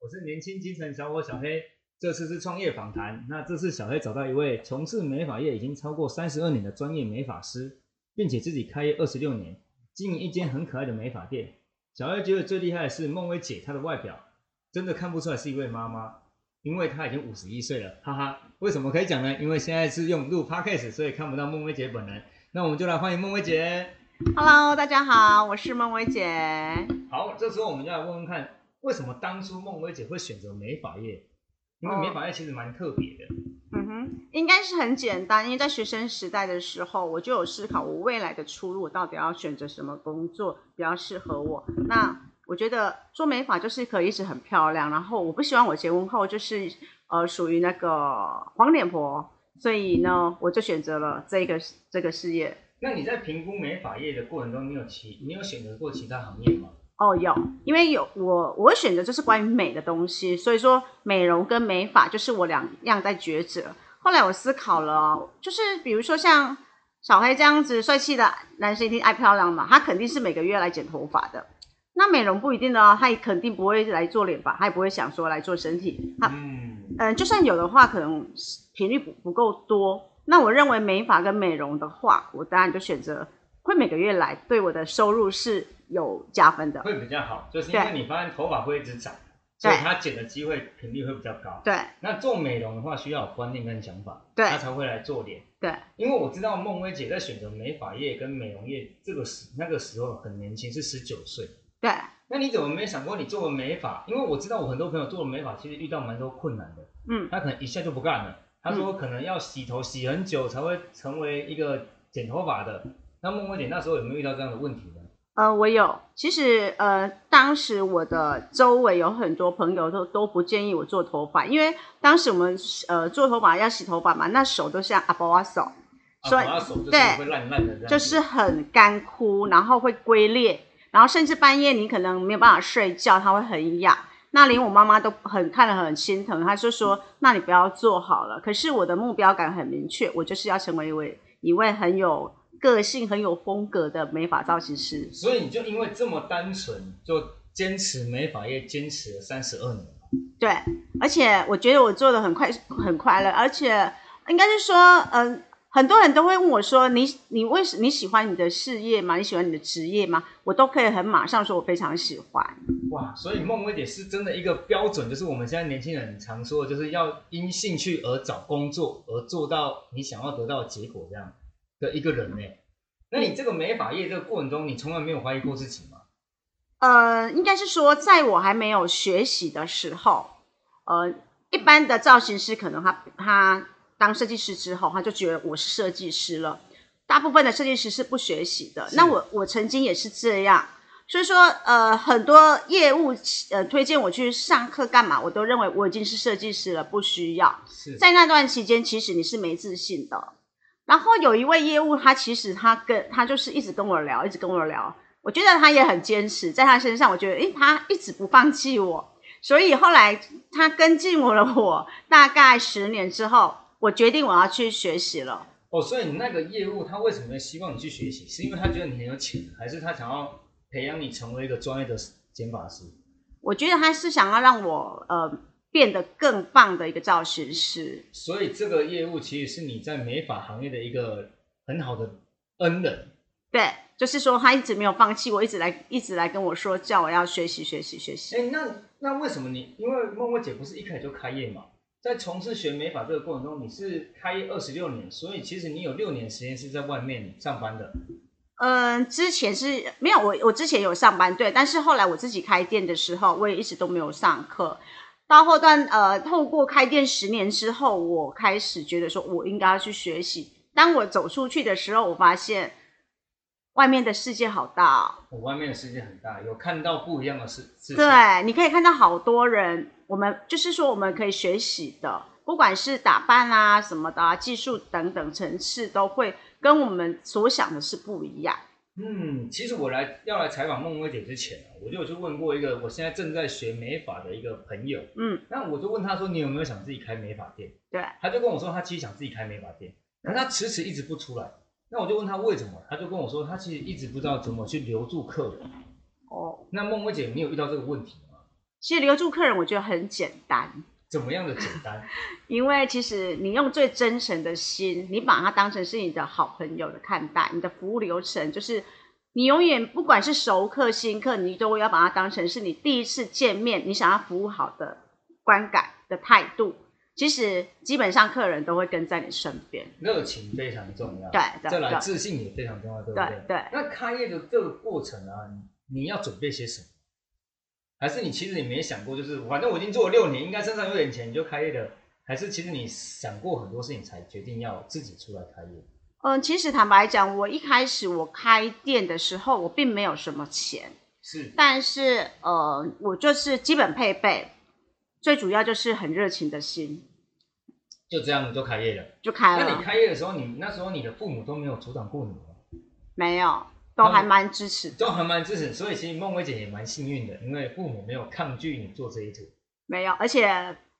我是年轻精神小伙小黑。这次是创业访谈，那这次小黑找到一位从事美发业已经超过三十二年的专业美发师，并且自己开业二十六年，经营一间很可爱的美发店。小黑觉得最厉害的是孟薇姐，她的外表真的看不出来是一位妈妈，因为她已经五十一岁了，哈哈。为什么可以讲呢？因为现在是用录 podcast，所以看不到孟薇姐本人。那我们就来欢迎孟薇姐。 Hello，大家好，我是孟伟姐。嗯好，这时候我们就来问问看，为什么当初孟薇姐会选择美发业？因为哦美发业其实蛮特别的。嗯哼，应该是很简单，因为在学生时代的时候，我就有思考我未来的出路，我到底要选择什么工作比较适合我。那我觉得做美发就是可以一直很漂亮，然后我不希望我结婚后就是呃属于那个黄脸婆，所以呢，我就选择了这个这个事业。那你在评估美发业的过程中，你有其你有选择过其他行业吗？哦，有，因为有我，我会选择就是关于美的东西，所以说美容跟美发就是我两样在抉择。后来我思考了哦，就是比如说像小黑这样子帅气的男生，一定爱漂亮嘛，他肯定是每个月来剪头发的。那美容不一定的哦，他也肯定不会来做脸吧，他也不会想说来做身体，他嗯，嗯，就算有的话，可能频率不不够多。那我认为美发跟美容的话，我当然就选择会每个月来，对我的收入是有加分的。会比较好，就是因为你发现头发会一直长，所对以它剪的机会频率会比较高。对那做美容的话，需要有观念跟想法，对他才会来做脸。对，因为我知道孟薇姐在选择美发业跟美容业这个时那个时候很年轻，是十九岁。对，那你怎么没想过你做了美发？因为我知道我很多朋友做了美发，其实遇到蛮多困难的。嗯，他可能一下就不干了。他说可能要洗头洗很久才会成为一个剪头发的。那孟慧姐那时候有没有遇到这样的问题呢？呃，我有，其实呃，当时我的周围有很多朋友都都不建议我做头发，因为当时我们呃做头发要洗头发嘛，那手都像阿波阿手，啊，所以把她手就是对会烂烂的这样子。就是很干枯，然后会龟裂，然后甚至半夜你可能没有办法睡觉，它会很痒。那连我妈妈都很看了很心疼，她就说：“那你不要做好了。”可是我的目标感很明确，我就是要成为一位一位很有个性、很有风格的美发造型师。所以你就因为这么单纯，就坚持美发业，坚持了三十二年。对，而且我觉得我做的很快很快乐，而且应该是说，嗯、很多人都会问我说，你你为什你喜欢你的事业吗？你喜欢你的职业吗？我都可以很马上说，我非常喜欢。哇，所以孟慧姐是真的一个标准，就是我们现在年轻人常说的，就是要因兴趣而找工作，而做到你想要得到的结果这样的一个人呢。那你这个美发业这个过程中，你从来没有怀疑过自己吗？呃，应该是说，在我还没有学习的时候，呃，一般的造型师可能他他当设计师之后，他就觉得我是设计师了。大部分的设计师是不学习的。是那我我曾经也是这样，所以说呃，很多业务呃推荐我去上课干嘛，我都认为我已经是设计师了，不需要。是在那段期间，其实你是没自信的。然后有一位业务，他其实他跟他就是一直跟我聊，一直跟我聊。我觉得他也很坚持，在他身上，我觉得诶，他一直不放弃我。所以后来他跟进我了我，大概十年之后，我决定我要去学习了。哦，所以你那个业务他为什么希望你去学习？是因为他觉得你很有潜能，还是他想要培养你成为一个专业的剪发师？我觉得他是想要让我呃变得更棒的一个造型师。所以这个业务其实是你在美发行业的一个很好的恩人。对，就是说他一直没有放弃我，一直来一直来跟我说，叫我要学习学习学习。哎，那那为什么你？因为孟慧姐不是一开始就开业嘛，在从事学美发这个过程中，你是开业二十六年，所以其实你有六年时间是在外面上班的。嗯，之前是没有我，我之前有上班对，但是后来我自己开店的时候，我也一直都没有上课。到后段呃，透过开店十年之后，我开始觉得说我应该要去学习。当我走出去的时候，我发现外面的世界好大、哦，我外面的世界很大，有看到不一样的事事情。对，你可以看到好多人，我们就是说我们可以学习的，不管是打扮啊什么的、啊，技术等等层次，都会跟我们所想的是不一样。嗯，其实我来要来采访孟薇姐之前啊，我就有去问过一个我现在正在学美发的一个朋友，嗯，那我就问他说你有没有想自己开美发店？对，他就跟我说他其实想自己开美发店，可是他迟迟一直不出来。那我就问他为什么，他就跟我说他其实一直不知道怎么去留住客人。哦，那孟薇姐，你有遇到这个问题吗？其实留住客人，我觉得很简单，怎么样的简 单？因为其实你用最真诚的心，你把它当成是你的好朋友的看待，你的服务流程就是。你永远不管是熟客新客，你都要把它当成是你第一次见面，你想要服务好的观感的态度。其实基本上客人都会跟在你身边，热情非常重要，对啊对再来对自信也非常重要，对不对对。那开业的这个过程啊，你你要准备些什么？还是你其实也没想过，就是反正我已经做了六年，应该身上有点钱你就开业了？还是其实你想过很多事情才决定要自己出来开业？嗯，其实坦白讲，我一开始我开店的时候，我并没有什么钱，是但是呃，我就是基本配备，最主要就是很热情的心就这样你就开业了？就开那你了，开业的时候，你那时候你的父母都没有阻挡过你吗？嗯没有，都那还你蛮支持的，都还蛮支持，所以其实孟薇姐也蛮幸运的，因为父母没有抗拒你做这一途。没有，而且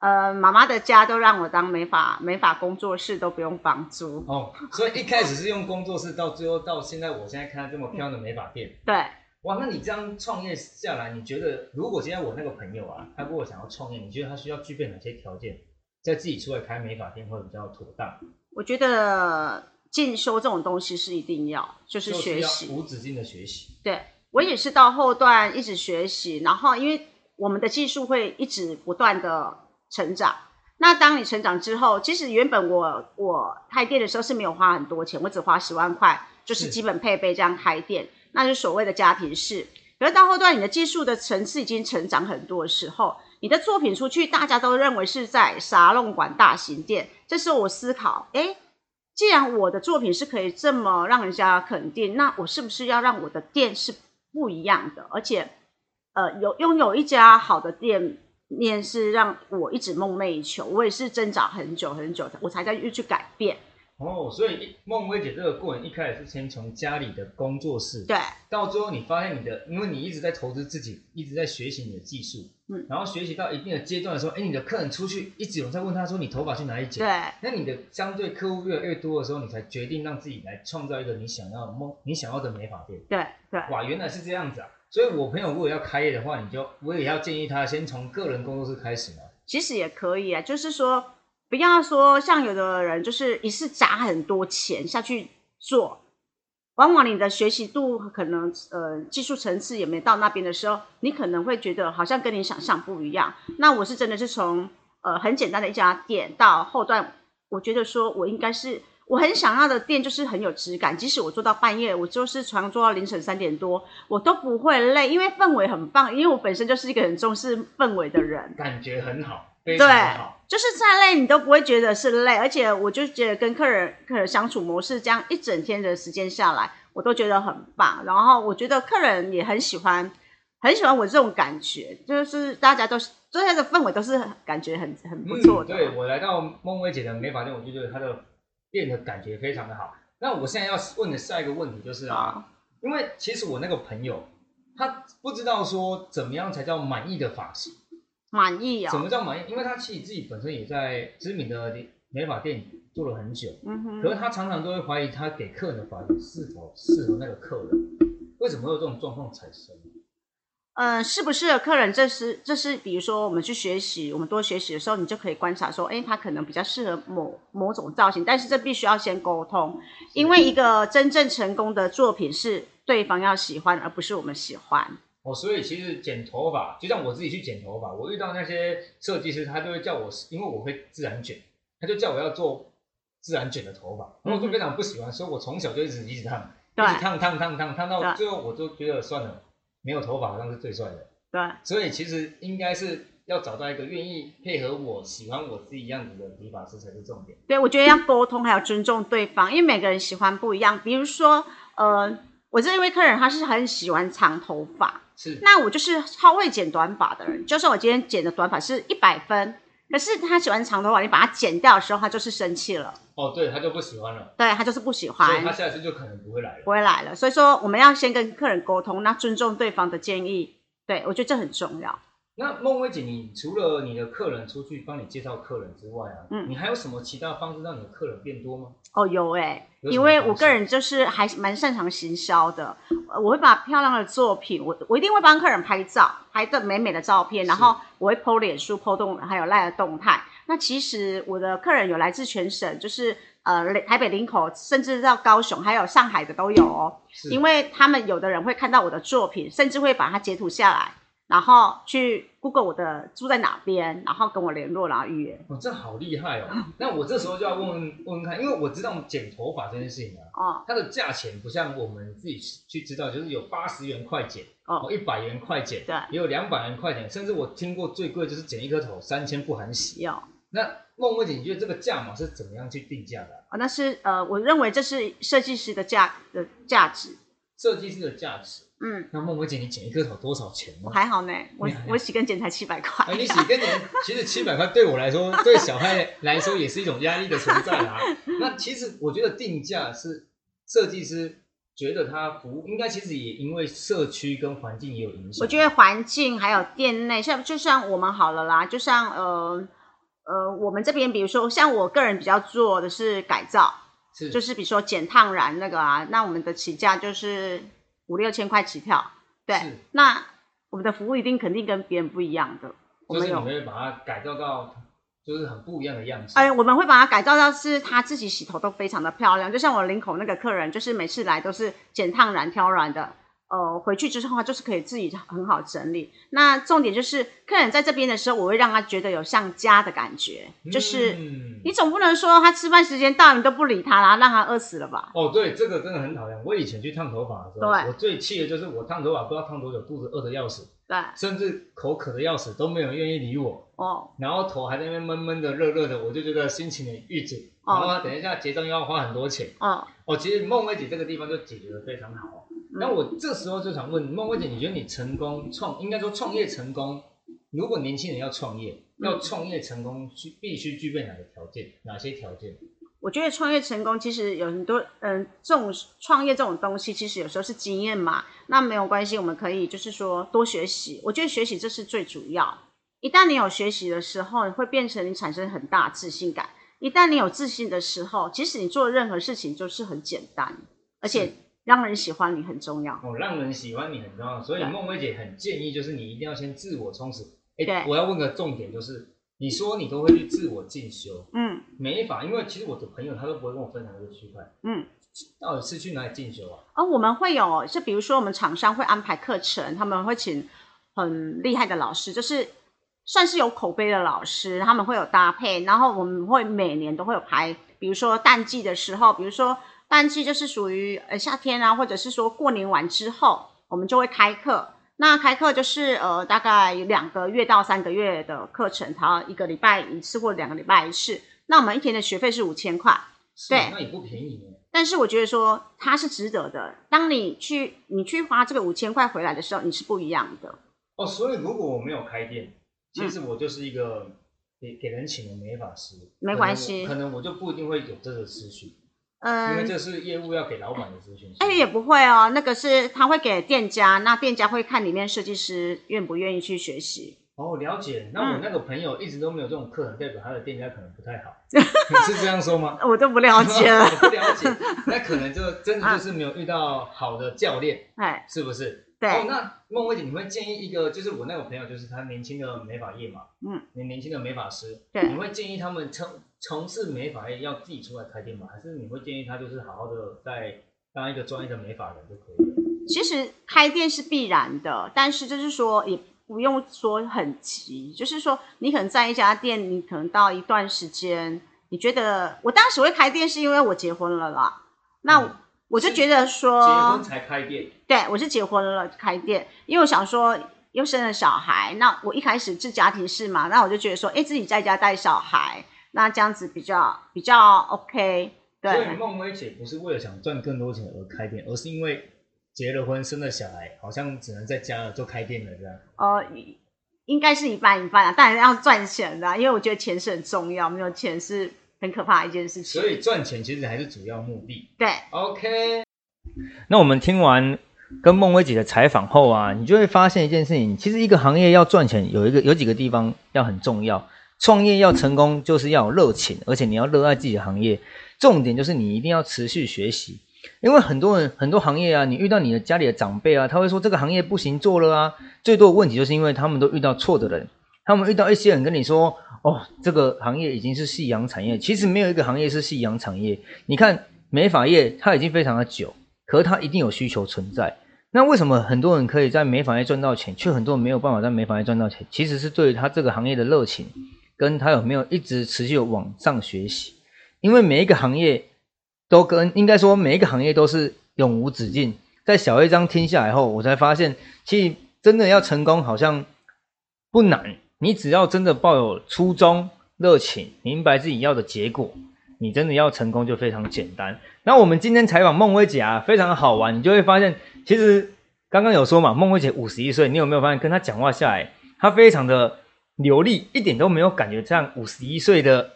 呃，妈妈的家都让我当美发美发工作室，都不用房租，哦，所以一开始是用工作室，到最后到现在，我现在看到这么漂亮的美发店，对，哇，那你这样创业下来，你觉得如果今天我那个朋友啊，他如果想要创业，你觉得他需要具备哪些条件，在自己出来开美发店会比较妥当？我觉得进修这种东西是一定要，就是就学要习，无止境的学习，对我也是到后段一直学习，然后因为我们的技术会一直不断的成长。那当你成长之后，其实原本我我开店的时候是没有花很多钱，我只花十万块，就是是基本配备这样开店，那就是所谓的家庭式。可是到后段，你的技术的层次已经成长很多的时候，你的作品出去，大家都认为是在沙龙馆大型店。这时候我思考，诶，既然我的作品是可以这么让人家肯定，那我是不是要让我的店是不一样的？而且，呃，有拥有一家好的店面是让我一直梦寐以求，我也是挣扎很久很久，我才在又去改变。哦，所以孟薇姐这个过程一开始是先从家里的工作室，对，到最后你发现你的，因为你一直在投资自己，一直在学习你的技术，嗯然后学习到一定的阶段的时候，哎，你的客人出去一直有人在问他说你头发去哪里剪，对，那你的相对客户越来越多的时候，你才决定让自己来创造一个你想要的梦，你想要的美发店。对，对，哇，原来是这样子啊！所以我朋友如果要开业的话，你就我也要建议他先从个人工作室开始嘛。其实也可以啊，就是说不要说像有的人就是一次砸很多钱下去做，往往你的学习度可能呃技术层次也没到那边的时候，你可能会觉得好像跟你想象不一样。那我是真的是从呃很简单的一家店到后段，我觉得说我应该是。我很想要的店就是很有质感，即使我做到半夜，我就是常做到凌晨三点多，我都不会累，因为氛围很棒。因为我本身就是一个很重视氛围的人，感觉很好，非常对好。，就是再累你都不会觉得是累，而且我就觉得跟客人客人相处模式这样一整天的时间下来，我都觉得很棒。然后我觉得客人也很喜欢，很喜欢我这种感觉，就是大家都是大家的氛围都是很感觉很很不错嗯、的。对我来到孟薇姐的美发店，我就觉得她的店的感觉非常的好。那我现在要问的下一个问题就是啊，啊，因为其实我那个朋友他不知道说怎么样才叫满意的发型。满意什哦，么叫满意？因为他其实自己本身也在知名的美发店做了很久，嗯可哼，是他常常都会怀疑他给客人的发型是否适合那个客人，为什么会有这种状况产生？嗯，适不适合客人，这是这是比如说我们去学习，我们多学习的时候，你就可以观察说，哎，他可能比较适合某某种造型，但是这必须要先沟通。因为一个真正成功的作品是对方要喜欢，而不是我们喜欢。哦，所以其实剪头发，就像我自己去剪头发，我遇到那些设计师，他就会叫我，因为我会自然卷，他就叫我要做自然卷的头发，然后我就非常不喜欢，所以我从小就一直一直烫，一嗯对直烫烫烫烫烫到对最后，我就觉得算了，没有头发好像是最帅的。对所以其实应该是要找到一个愿意配合我、喜欢我自己样子的理发师才是重点。对，我觉得要沟通，还有尊重对方，因为每个人喜欢不一样。比如说，呃，我这一位客人他是很喜欢长头发，是那我就是超会剪短发的人。就算我今天剪的短发是一百分，可是他喜欢长头发，你把它剪掉的时候，他就是生气了，哦，对，他就不喜欢了，对他就是不喜所以他欢，下一次就可能不会来了。不会来了。所以说，我们要先跟客人沟通，那尊重对方的建议，对我觉得这很重要。那孟薇姐，你除了你的客人出去帮你介绍客人之外啊，嗯你还有什么其他方式让你的客人变多吗？哦，有哎、有什么因为方我式个人就是还蛮擅长行销的，呃我会把漂亮的作品，我我一定会帮客人拍照，拍的美美的照片，然是后我会 PO 脸书、PO 动还有赖的动态。那其实我的客人有来自全省，就是呃台北、林口，甚至到高雄，还有上海的都有哦。是因为他们有的人会看到我的作品，甚至会把它截图下来，然后去 Google 我的住在哪边，然后跟我联络，然后预约。哦，这好厉害哦！那我这时候就要问问问看，因为我知道剪头发这件事情啊，哦它的价钱不像我们自己去知道，就是有八十元快剪，哦，哦，一百元快剪，对也有两百元快剪，甚至我听过最贵就是剪一颗头三千不含洗。有。那孟薇姐，你觉得这个价码是怎么样去定价的啊、啊，那是呃，我认为这是设计师的价的价值。设计师的价值？嗯，那孟薇姐，你剪一颗头多少钱呢我？还好呢，我你还好我洗跟剪才七百哎，块。你洗跟剪， 其实七百块对我来说，对小孩来说也是一种压力的存在 啦、那其实我觉得定价是设计师觉得他服务，应该其实也因为社区跟环境也有影响。我觉得环境还有店内，像就像我们好了啦，就像呃呃，我们这边比如说像我个人比较做的是改造，是就是比如说剪烫染那个啊，那我们的起价就是五六千块起跳。是对，那我们的服务一定肯定跟别人不一样的。我就是们你有会把它改造到就是很不一样的样子。哎，我们会把它改造到是他自己洗头都非常的漂亮，就像我林口那个客人，就是每次来都是剪烫染挑染的，呃，回去之后他就是可以自己很好整理。那重点就是客人在这边的时候，我会让他觉得有像家的感觉，就是、嗯你总不能说他吃饭时间到你都不理他啦，让他饿死了吧？哦，对，这个真的很讨厌。我以前去烫头发的时候，对我最气的就是我烫头发不知道烫多久，肚子饿的要死，对，甚至口渴的要死，都没有人愿意理我。哦，然后头还在那边闷闷的、热热的，我就觉得心情很郁结。然哦后等一下结账又要花很多钱。哦，哦，其实孟薇姐这个地方就解决的非常好哦。那嗯我这时候就想问孟薇姐，你觉得你成功创，应该说创业成功，如果年轻人要创业，嗯要创业成功需必须具备哪个条件？哪些条件？我觉得创业成功其实有很多，嗯，这种创业这种东西，其实有时候是经验嘛，那没有关系，我们可以就是说多学习。我觉得学习这是最主要。一旦你有学习的时候，你会变成你产生很大的自信感。一旦你有自信的时候，其实你做任何事情就是很简单，而且让人喜欢你很重要。哦，让人喜欢你很重要，所以对孟薇姐很建议，就是你一定要先自我充实。对哎，我要问个重点，就是你说你都会去自我进修，嗯美发，因为其实我的朋友他都不会跟我分享这个区块。嗯。到底是去哪里进修啊？哦，我们会有，就比如说我们厂商会安排课程，他们会请很厉害的老师，就是算是有口碑的老师，他们会有搭配，然后我们会每年都会有排，比如说淡季的时候，比如说淡季就是属于呃夏天啊，或者是说过年完之后，我们就会开课。那开课就是呃大概两个月到三个月的课程，然后一个礼拜一次或两个礼拜一次。那我们一天的学费是五千块。是对那也不便宜呢。但是我觉得说它是值得的。当你去你去花这个五千块回来的时候，你是不一样的。哦，所以如果我没有开店，嗯其实我就是一个给给人请的美发师，没关系可能我可能我就不一定会有这个资讯，因为嗯，这是业务要给老板的资讯。哎也不会哦，那个是他会给店家，那店家会看里面设计师愿不愿意去学习。 哦，了解。那我嗯那个朋友一直都没有这种客人，代表他的店家可能不 太好，是这样说吗？我都不 了解了， 嗯我不了解，那可能就真的就是没有遇到好的教练，哎，是不是？哦，对，那孟薇姐，你会建议一个，就是我那个朋友，就是他年轻的美发业嘛，嗯，你年轻的美发师，对你会建议他们从从事美发业要自己出来开店吗？还是你会建议他就是好好的在当一个专业的美发人就可以了？其实开店是必然的，但是就是说也不用说很急，就是说你可能在一家店，你可能到一段时间，你觉得我当时会开店是因为我结婚了啦，那嗯我就觉得说结婚才开店，对，我是结婚了开店，因为我想说又生了小孩，那我一开始是家庭式嘛，那我就觉得说，哎，自己在家带小孩，那这样子比较比较 OK，所以对，孟薇姐不是为了想赚更多钱而开店，而是因为结了婚生了小孩，好像只能在家了就开店了这样。呃，应该是一半一半啊，当然要赚钱的啊、因为我觉得钱是很重要，没有钱是很可怕的一件事情所，以赚钱其实还是主要目的。对。 OK。那我们听完跟孟薇姐的采访后啊，你就会发现一件事情：其实一个行业要赚钱，有一个有几个地方要很重要。创业要成功，就是要有热情，而且你要热爱自己的行业。重点就是你一定要持续学习，因为很多人很多行业啊，你遇到你的家里的长辈啊，他会说这个行业不行做了啊。最多的问题就是因为他们都遇到错的人，他们遇到一些人跟你说。哦，这个行业已经是夕阳产业，其实没有一个行业是夕阳产业。你看美发业，它已经非常的久，可是它一定有需求存在。那为什么很多人可以在美发业赚到钱，却很多人没有办法在美发业赚到钱？其实是对于他这个行业的热情，跟他有没有一直持续往上学习。因为每一个行业都跟应该说每一个行业都是永无止境。在小一章听下来后，我才发现，其实真的要成功好像不难。你只要真的抱有初衷、热情，明白自己要的结果，你真的要成功就非常简单。那我们今天采访孟薇姐啊，非常好玩，你就会发现，其实刚刚有说嘛，孟薇姐五十一岁，你有没有发现跟她讲话下来，她非常的流利，一点都没有感觉像五十一岁的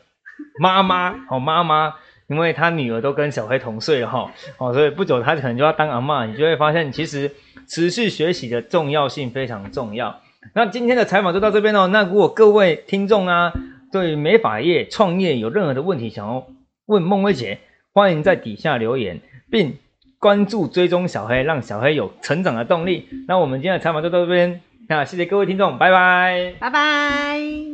妈妈哦妈妈，因为她女儿都跟小黑同岁哈、哦、哦，所以不久她可能就要当阿妈，你就会发现其实持续学习的重要性非常重要。那今天的采访就到这边喽、哦。那如果各位听众啊，对美发业创业有任何的问题想要问孟薇姐，欢迎在底下留言，并关注追踪小黑，让小黑有成长的动力。那我们今天的采访就到这边，那谢谢各位听众，拜拜。拜拜。